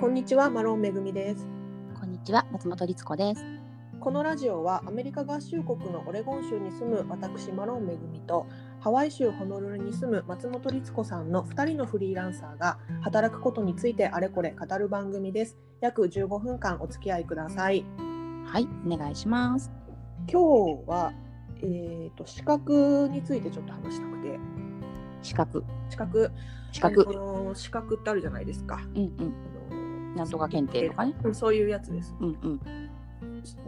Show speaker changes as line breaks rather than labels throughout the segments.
こんにちは、マロンめぐみです。
こんにちは、松本律子です。
このラジオはアメリカ合衆国のオレゴン州に住む私マロンめぐみとハワイ州ホノルルに住む松本律子さんの2人のフリーランサーが働くことについてあれこれ語る番組です。約15分間お付き合いください。
はい、お願いします。
今日はえー、と資格についてちょっと話したくて
資格、
資格
資
あ
格、
の資格ってあるじゃないですか
うんうん、
あの
なんとか検定とかね。
うんそういうやつです
うんうん。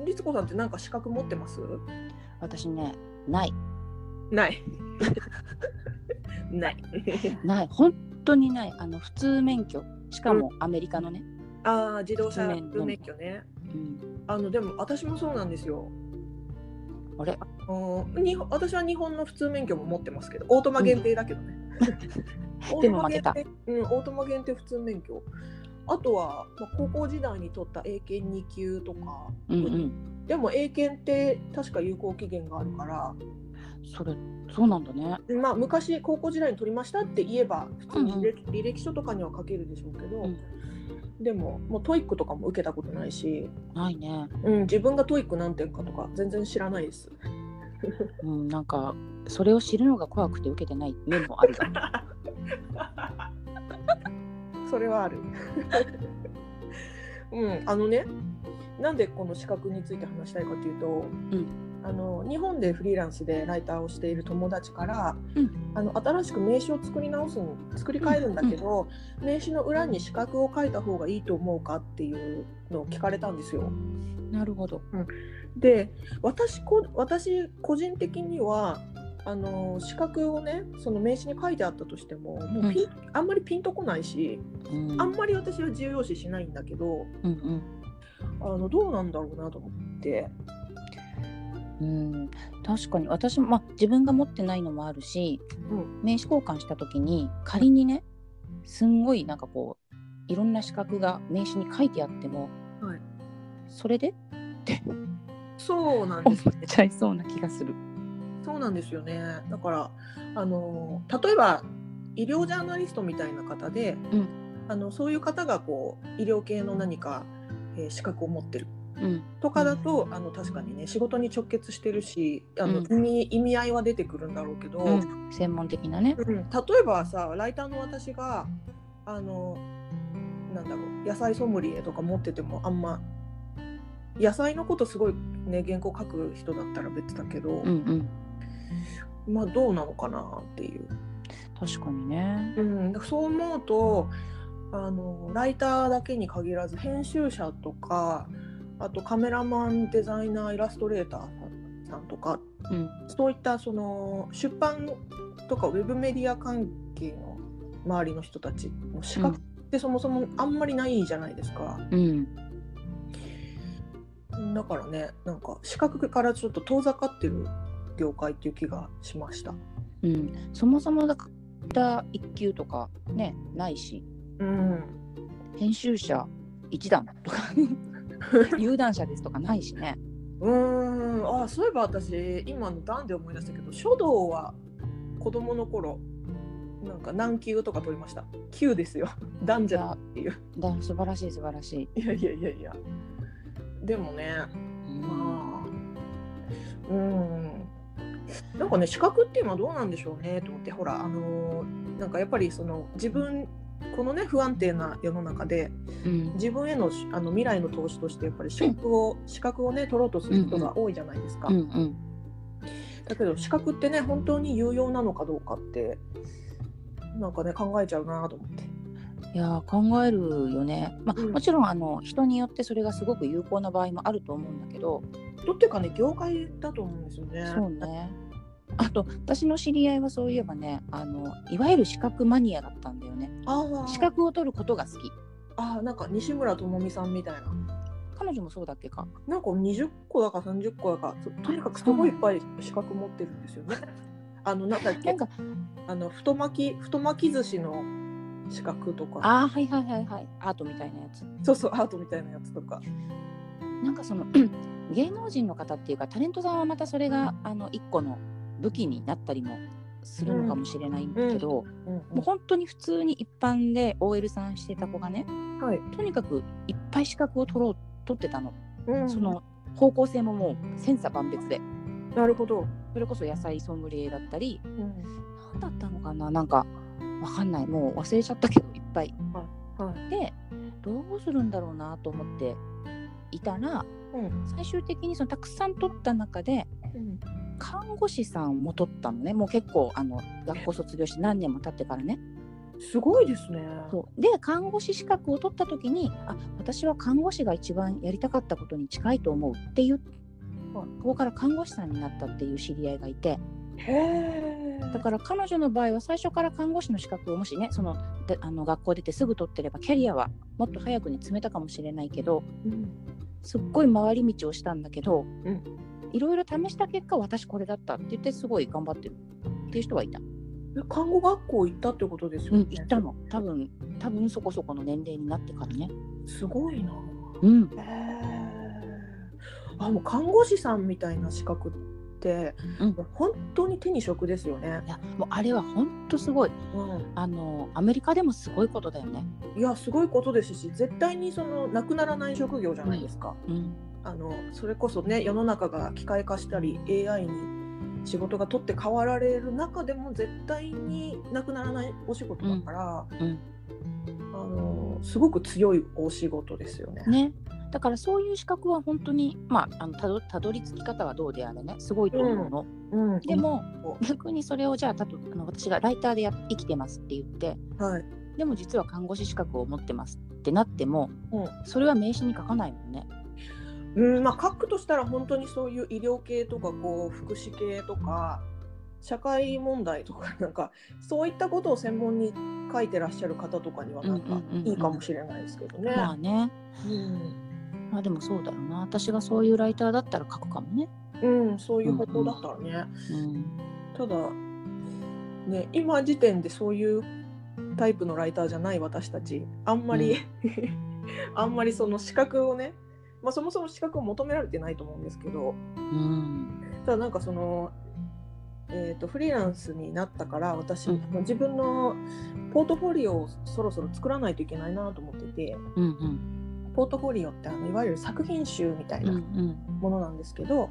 律子さんってなんか資格持ってます
私ね、ない、
ない。ない。
ない、本当にない。あの普通免許、しかもアメリカのね。
ああ、自動車
普通免
運免許ね。
うん。
あの、でも、私もそうなんですよ。
あれ、
あの日本私は日本の普通免許も持ってますけど、オートマ限定だけどね。オー
で
ト
も
マ
負
限
け
定
た
うん、オートマ限定普通免許。あとは、まあ、高校時代に取った英検2級とか、
うんうん。
でも英検って確か有効期限があるから、
それ、そうなんだね。
まあ、昔高校時代に取りましたって言えば普通に履歴,、履歴書とかには書けるでしょうけど、
うん
でももうトイックとかも受けたことないし、
ないね。
うん、自分がトイック何点かとか全然知らないです。
うん、なんか。それを知るのが怖くて受けてない面もあるが
それは ある。うん、あのねなんでこの資格について話したいかというと、あの日本でフリーランスでライターをしている友達から、
うん
あの新しく名刺を作り直すん作り変えるんだけど、名刺の裏に資格を書いた方がいいと思うかっていうのを聞かれたんですよ。
なるほど。
で私こ私個人的にはあの資格をねその名刺に書いてあったとしてももうピン、あんまりピンとこないし
うん、うん
あんまり私は重要視しないんだけど
うん
あのどうなんだろうなと思って。
うん、確かに私も、まあ、自分が持ってないのもあるし、
うん
名刺交換した時に仮にねすんごいなんかこういろんな資格が名刺に書いてあっても、
はい
それで
そうなんで
思
す
っちゃいそうな気がする。
そうなんですよね。だからあの例えば医療ジャーナリストみたいな方で、
うん
あのそういう方がこう医療系の何か、えー資格を持ってる
うん
とかだと、あの確かにね仕事に直結してるしあの、
うん
意味意味合いは出てくるんだろうけど、
う
うん
ん、専門的なね。
例えばさライターの私があのなんだろう野菜ソムリエとか持っててもあんま野菜のことすごいね原稿書く人だったら別だけど。
うんうん、
まあどうなのかなっていう、
確かにね。
うん、だからそう思うとあのライターだけに限らず編集者とかあとカメラマンデザイナーイラストレーターさんとか
うん
そういったその出版とかウェブメディア関係の周りの人たちの資格ってそもそもあんまりないじゃないですか、
うん、
だからねなんか資格からちょっと遠ざかってる業界っていう気がしました。
うん、そもそもだから一級とかねないし
うん、
編集者一段 とか有段者ですとかないしね。
うーんあそういえば私今の段で思い出したけど書道は子供の頃なんか何級とか取りました級ですよ 段じゃなくていう
だ素晴らしい素晴らしい。
いやいやいやいやでもね
うん
まあうんなんかね資格っていうのはどうなんでしょうねと思ってほらあのーなんかやっぱりその自分このね不安定な世の中で
うん
自分へのあの未来の投資としてやっぱり資格を、資格をね取ろうとする人が多いじゃないですか。
うんうん
だけど資格ってね本当に有用なのかどうかってなんかね考えちゃうなと思って。
いやー考えるよね、まあ
うん
もちろんあの人によってそれがすごく有効な場合もあると思うんだけど、
とっていうかね業界だと思うんですよね。
そうねあと私の知り合いはそういえばねあのいわゆる資格マニアだったんだよね
あー
資格を取ることが好き
あーなんか西村智美さんみたいな。
彼女もそうだっけか
なんか20個だか30個だかととにかくすごいいっぱい資格持ってるんですよね。あのなんだっ
な
け
んか
あの太巻き太巻き寿司の資格とか
ああはいはいはいはいアートみたいなやつ
そうそうアートみたいなやつとか。
なんかその 芸能人の方っていうかタレントさんはまたそれがあの一個の武器になったりもするのかもしれないんだけど、
うんうん
もう本当に普通に一般で OL さんしてた子がね
はい、
とにかくいっぱい資格を取ろう取ってたの、
うん
その方向性ももう千差万別で
なるほど、
それこそ野菜ソムリエだったり
うん
何だったのかななんかわかんないもう忘れちゃったけどいっぱい
はい
でどうするんだろうなと思っていたら
うん
最終的にそのたくさん取った中で
うん
看護師さんも取ったのねもう結構あの学校卒業して何年も経ってからね
すごいですね。
そうで看護師資格を取った時にあ私は看護師が一番やりたかったことに近いと思うっていうここから看護師さんになったっていう知り合いがいて
へえ。
だから彼女の場合は最初から看護師の資格をもしねそのであの学校出てすぐ取ってればキャリアはもっと早くに詰めたかもしれないけど
うん
すっごい回り道をしたんだけど、
うん
いろいろ試した結果私これだったって言ってすごい頑張ってるっていう人はいた、
え看護学校行ったってことですよ
う
ね
ん、。いた。の多分多分そこそこの年齢になってからね
すごいな。
うん
へえ。あもう看護師さんみたいな資格って、
うん
もう本当に手に職ですよね。
いやもうあれは本当すごい
うん。
あのアメリカでもすごいことだよね、
いやすごいことですし、絶対にそのなくならない職業じゃないですか。
うん、
あのそれこそね世の中が機械化したり AI に仕事が取って変わられる中でも絶対になくならないお仕事だから、
うん
あのすごく強いお仕事ですよね。
ねだからそういう資格は本当にまああのたどたどり着き方はどうであれねすごいと思うの、
うん、
でも
う
逆にそれをじゃあたとあの私がライターでや生きてますって言って
はい、
でも実は看護師資格を持ってますってなっても、
うん
それは名刺に書かないもんね。
うんまあ、書くとしたら本当にそういう医療系とかこう福祉系とか社会問題とかなんかそういったことを専門に書いてらっしゃる方とかにはなん
うん
か
うんうんうん
いいかもしれないですけどね。
まあね、
うん
まあでもそうだろうな。私がそういうライターだったら書くかもね。
うん、そういうことだったらね。
うん、
ただ、ね、今時点でそういうタイプのライターじゃない私たちあんまり、 あんまりその資格をね、まあ、そもそも資格を求められてないと思うんですけど
うん、
ただなんかその、えー、とフリーランスになったから私、
うん
自分のポートフォリオをそろそろ作らないといけないなと思ってて
うん、うん、
ポートフォリオってあのいわゆる作品集みたい
うん、う、
なんものなんですけど、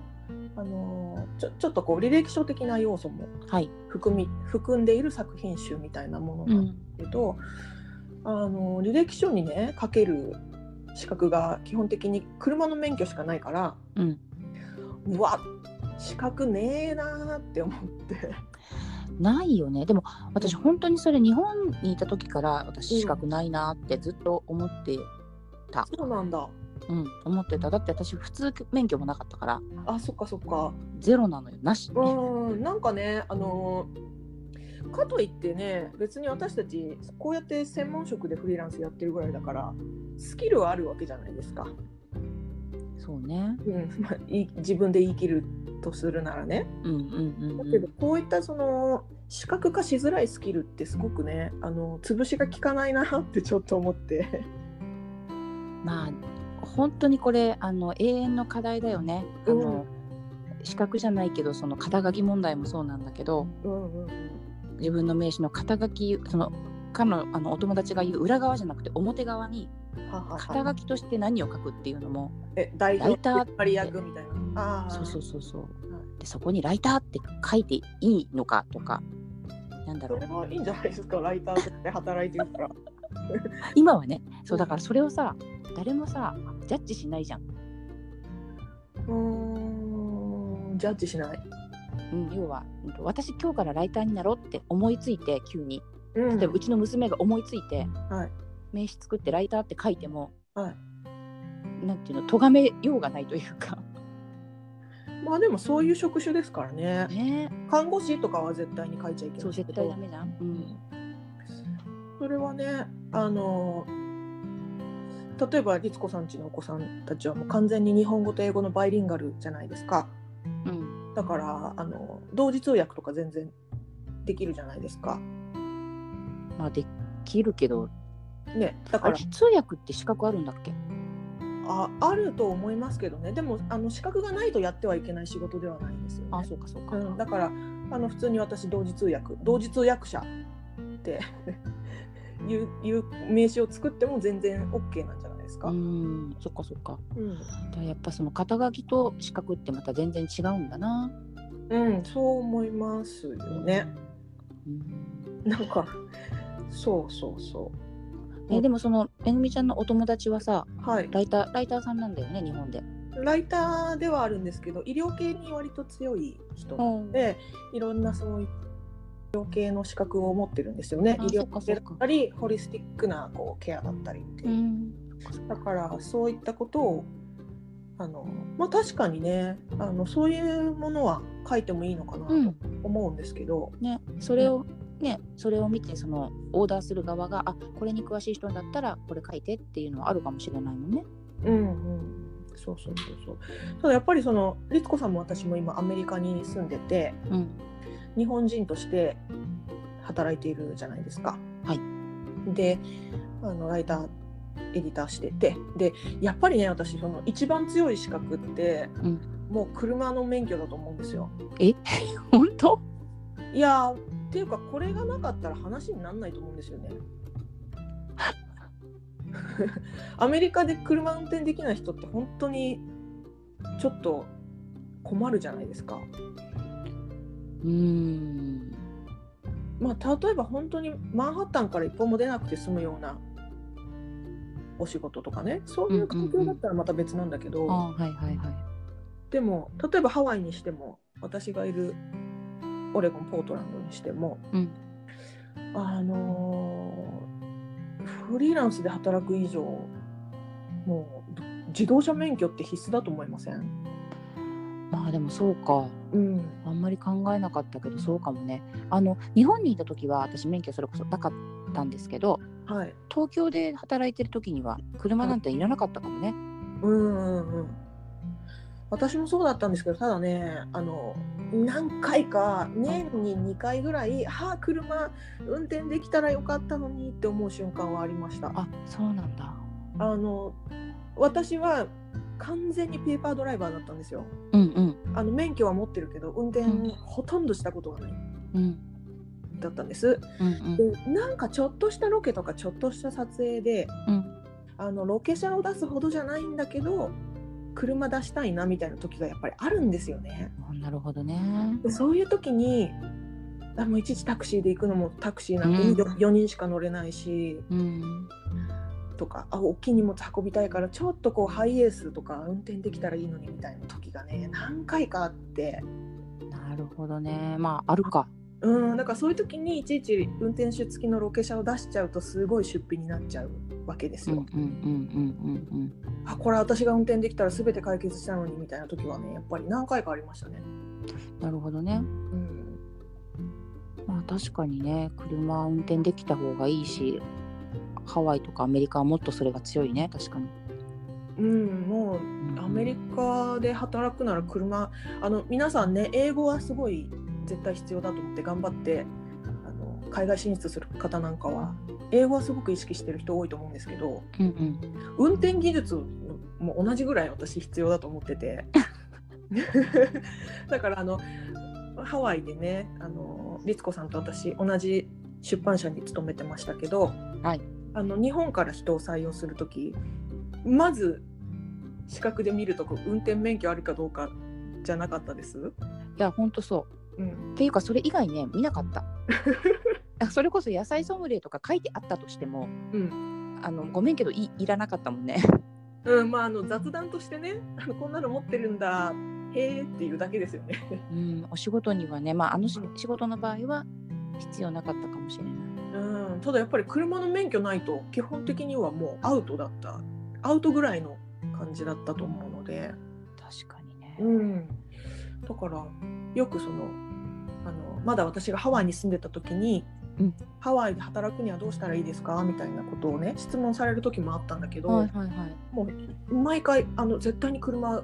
あのーちょちょっとこう履歴書的な要素も
はい、
含み含んでいる作品集みたいなもの
う
なんで
ん、
すけど、あの履歴書にね書ける資格が基本的に車の免許しかないから
うん。
うわ資格ねえなーって思って
ないよね。でも私本当にそれ日本にいた時から私資格ないなってずっと思ってた。
そうなんだ
うん、思ってた。だって私普通免許もなかったから
あそっかそっか
ゼロなのよ。なし。
うーんなんかねあのかといってね別に私たちこうやって専門職でフリーランスやってるぐらいだからスキルはあるわけじゃないですか、
そうね。
うんまあ、いい自分で言い切るとするならね。
うん、うん、
だ
うん、
けど
う
こういったその視覚化しづらいスキルってすごくねあの潰しが効かないなってちょっと思って
ん。まあ本当にこれあの永遠の課題だよね。あの、資格じゃないけどその肩書き問題もそうなんだけど
うんうん
自分の名刺の肩書きその彼のあのお友達が言う裏側じゃなくて表側に
はは
肩書きとして何を書くっていうのも
え代
ライ
表
ターって
引っ張り役みたいなあー
そうそうそうそう
は
でそこに「ライター」って書いていいのかとかなんだ
そ
ろう
れはいいんじゃないですかライターとして働いてるから
今はねそううんだからそれをさ誰もさジャッジしないじゃん、
うーんジャッジしない、
うん、要はうんと私今日からライターになろうって思いついて急に
う
例えばうちの娘が思いついて、
はい
名刺作って「ライター」って書いても、
はい
なんていうの咎めようがないというか。
まあでもそういう職種ですからね
ね
看護師とかは絶対に書いちゃいけない
そう絶対ダメじゃん。うん。
それはねあの例えば律子さんちのお子さんたちはもう完全に日本語と英語のバイリンガルじゃないですか
うん。
だからあの同時通訳とか全然できるじゃないですか
まあできるけど、
ねだ
あ
か
れ
ら
通訳って資格あるんだっけ？
ああると思いますけどねでもあの資格がないとやってはいけない仕事ではないんですよね
あ、そうかそうか。
うん、だからあの普通に私同時通訳同時通訳者って いういう名詞を作っても全然 OK なんじゃないですか。
うんそっかそっか
うん
だからやっぱその肩書きと資格ってまた全然違うんだな、
うん、そう思いますよね。
うん
なんかそうそうそ
えでもそのめぐみちゃんのお友達はさ
う。はい。
ライターライターさんなんだよね日本で、
ライターではあるんですけど、医療系に割と強い人なので、いろんなそういう医療系の資格を持ってるんですよね。
あ
医
そ
療
っかそ
系
っ
だ
か
ったり、ホリスティックなこうケアだったりっていう。
ん、
だからそういったことをあのまあ確かにねあのそういうものは書いてもいいのかなと
うん
思うんですけど、
ね、それを、ね、それを見てそのオーダーする側があこれに詳しい人だったらこれ書いてっていうのはあるかもしれないもんね。
うんうんそうそうそうそうただやっぱりその律子さんも私も今アメリカに住んでて
うん、
日本人として働いているじゃないですか。
はい、
であのライターエディターしててでやっぱりね私その一番強い資格って、
うん
もう車の免許だと思うんですよ。
え 本当
いやーっていうかこれがなかったら話にならないと思うんですよね。 アメリカで車運転できない人って本当にちょっと困るじゃないですか。
うーん
まあ、例えば本当にマンハッタンから一歩も出なくて済むようなお仕事とかねそういう環境だったらまた別なんだけど、
あはいはいはい。
でも例えばハワイにしても私がいるオレゴンポートランドにしても、
うん
あのーフリーランスで働く以上もう自動車免許って必須だと思いません、
まあでもそうか
うん、
あんまり考えなかったけどそうかもね。あの日本にいた時は私免許それこそなかったんですけど
はい
東京で働いてる時には車なんていらなかったかもね。
うんうんうん私もそうだったんですけどただねあの何回か年に2回ぐらい「はあ車運転できたらよかったのに」って思う瞬間はありました。あ
あそうなんだ。
の私は完全にペーパードライバーだったんですよ。
うんうん
あの免許は持ってるけど運転
うん
ほとんどしたことがない
うん
だったんです。
うん
でなんかちょっとしたロケとかちょっとした撮影で
うんうん。
あのロケ車を出すほどじゃないんだけど車出したいなみたいな時がやっぱりあるんですよね。
あなるほどね。
でそういう時にあもういちいちタクシーで行くのもタクシーなんて
うん
4, 4人しか乗れないし
うん
とかあ大きい荷物運びたいからちょっとこうハイエースとか運転できたらいいのにみたいな時がね何回かあって
なるほどね。まああるか。
うんだからそういう時にいちいち運転手付きのロケ車を出しちゃうとすごい出費になっちゃうわけです
うんうん
よ。
うんうん
あこれ私が運転できたら全て解決したのにみたいな時はねやっぱり何回かありましたね。
うん。なるほどね。
うん
まあ確かにね、車運転できた方がいいし、ハワイとかアメリカはもっとそれが強いね、確かに。
うん、もう
うん
アメリカで働くなら車あの皆さんね英語はすごい絶対必要だと思って頑張ってあの海外進出する方なんかは英語はすごく意識してる人多いと思うんですけど
うんうん。
運転技術も同じぐらい私必要だと思って てだからあのハワイでねあの律子さんと私同じ出版社に勤めてましたけど、
はい
あの日本から人を採用する時まず資格で見るとこ運転免許あるかどうかじゃなかったです、
いや、ほんとそう。
うん、
っていうか、それ以外ね、見なかった。 あそれこそ野菜ソムリエとか書いてあったとしても、
うん
あのごめんけどいいらなかったもんね。
うん、まああの雑談としてねあのこんなの持ってるんだへえっていうだけですよね。
うん、お仕事にはね、まあ、あのし
う
仕事の場合は必要なかったかもしれない。
うん、ただやっぱり車の免許ないと基本的にはもうアウトだったアウトぐらいの感じだったと思うので、
確かにね。
うん、だからよくそのあのまだ私がハワイに住んでた時に、
うん
ハワイで働くにはどうしたらいいですかみたいなことをね質問される時もあったんだけど、
はいはいはい。
もう毎回あの絶対に車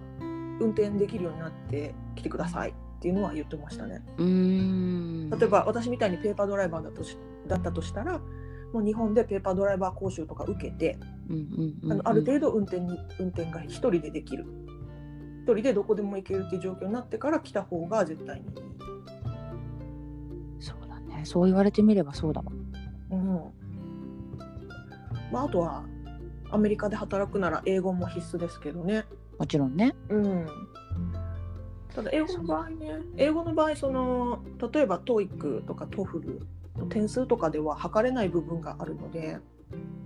運転できるようになってきてくださいっていうのは言ってましたね。
うーん。
例えば私みたいにペーパードライバーだとしだったとしたらもう日本でペーパードライバー講習とか受けて、
うんうんうんうん、
あのある程度運転に運転が一人でできる一人でどこでも行けるっていう状況になってから来た方が絶対にいい
ねそう言われてみればそうだわ
うんまあ、あとはアメリカで働くなら英語も必須ですけどね。
もちろんね
うん、ただ英語の場合ね英語の場合その例えば TOEIC とか TOEFL の点数とかでは測れない部分があるので、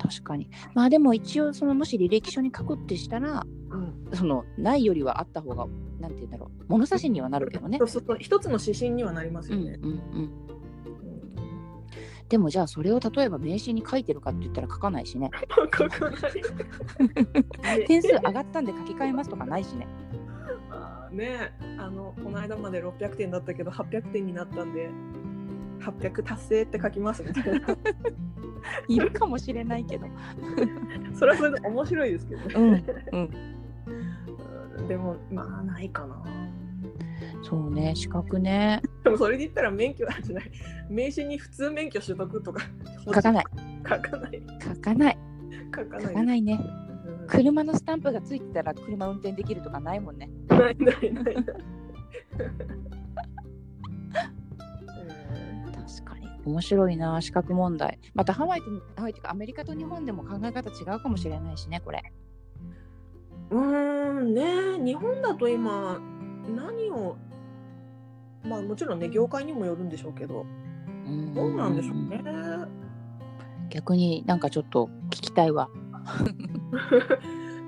確かにまあでも一応そのもし履歴書に書くってしたら
うん
そのないよりはあった方がなんて言うんだろう物差しにはなるけどね
そうそうそう一つの指針にはなります
う
よ
んうんう
ね。
ん
うん
でもじゃあそれを例えば名刺に書いてるかって言ったら書かないしね
書かない
点数上がったんで書き換えますとかないしね
あーねあのこの間まで600点だったけど800点になったんで800達成って書きますみたいな
いるかもしれないけど
それはそれで面白いですけどね、
うん
うんでもまあないかな
そうね資格ね
でもそれで言ったら免許あじゃない名刺に普通免許取得とか
書かない
書かない
書かない
書かない
書かないね
うん
車のスタンプがついてたら車運転できるとかないもんね
ないないないないうん
確かに面白いな資格問題またハワイとハワイというかアメリカと日本でも考え方違うかもしれないしねこれ
うーんね日本だと今何をまあもちろんね業界にもよるんでしょうけどどうなんでしょうね。
逆になんかちょっと聞きたいわ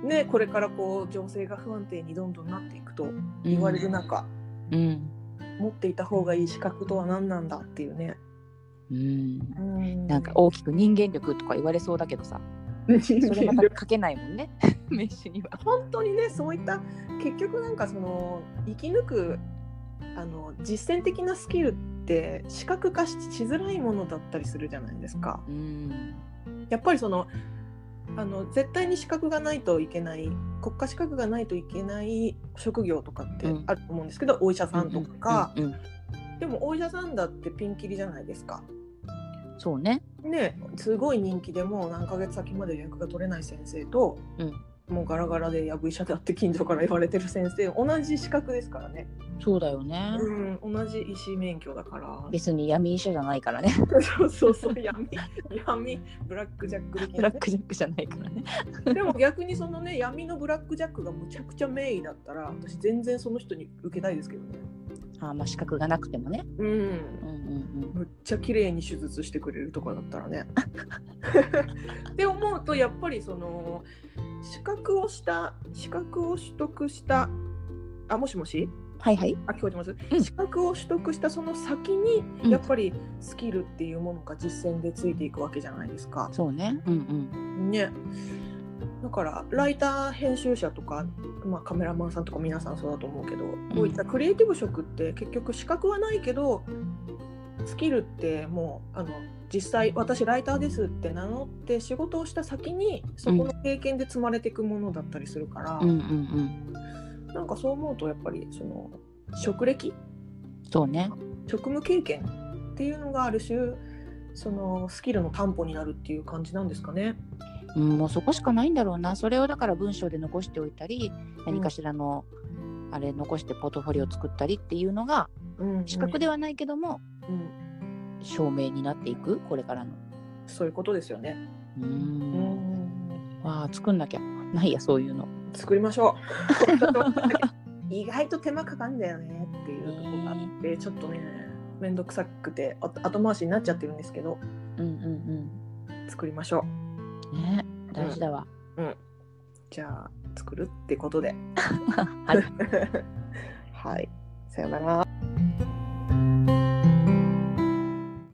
ねこれからこう情勢が不安定にどんどんなっていくと
うん
言われる中、
うん、
持っていた方がいい資格とは何なんだっていうね。
うん、
うん
なん か大きく人間力とか言われそうだけどさそれまた書けないもん ねメッシュには
本当にねそういった結局なんかその生き抜くあの実践的なスキルって視覚化ししづらいものだったりするじゃないですか。
うん
やっぱりそのあの絶対に資格がないといけない国家資格がないといけない職業とかって
うん
あると思うんですけど、お医者さんとかが、
うんうん
でもお医者さんだってピンキリじゃないですか。
そうね
ねすごい人気でもう何ヶ月先まで予約が取れない先生と、
うん
もうガラガラでやぶ医者だって近所から言われてる先生同じ資格ですからね、
そうだよね、
うん、同じ医師免許だから
別に闇医者じゃない からね
そうそうそう闇闇ブラックジャック的
ブ
な
ラ
ね
ックジャックじゃないからね
でも逆にそのね闇のブラックジャックがむちゃくちゃ名医だったら私全然その人に受けたいですけどね
あーまあ資格がなくてもね
う
うん
ん
うん
むっちゃ綺麗に手術してくれるとかだったら ねって思うとやっぱりその資格をした資格を取得したあもしもし
うんはいはい
あ聞こえてます、
うん
資格を取得したその先に
うん
やっぱりスキルっていうものが実践でついていくわけじゃないですか。
そうねうんうん
ねだからライター編集者とか、まあ、カメラマンさんとか皆さんそうだと思うけど、こういったクリエイティブ職って結局資格はないけどスキルってもうあの実際私ライターですって名乗って仕事をした先にそこの経験で積まれていくものだったりするから、
うんうんうん
なんかそう思うとやっぱりその職歴
そうね
職務経験っていうのがある種そのスキルの担保になるっていう感じなんですかね。
うん、もうそこしかないんだろうなそれをだから文章で残しておいたり何かしらの、あれ残してポートフォリオを作ったりっていうのが
うん
資格ではないけども、
うん、
証明になっていくこれからの
そういうことですよね。
うーんわあ作んなきゃないやそういうの
作りましょう 意外と手間かかんだよねっていうところがあってちょっとね面倒くさくてあ後回しになっちゃってるんですけど
うんうん
作りましょ
うんね大事だわ、
うじゃ あ作るってことで
はい
はいさよなら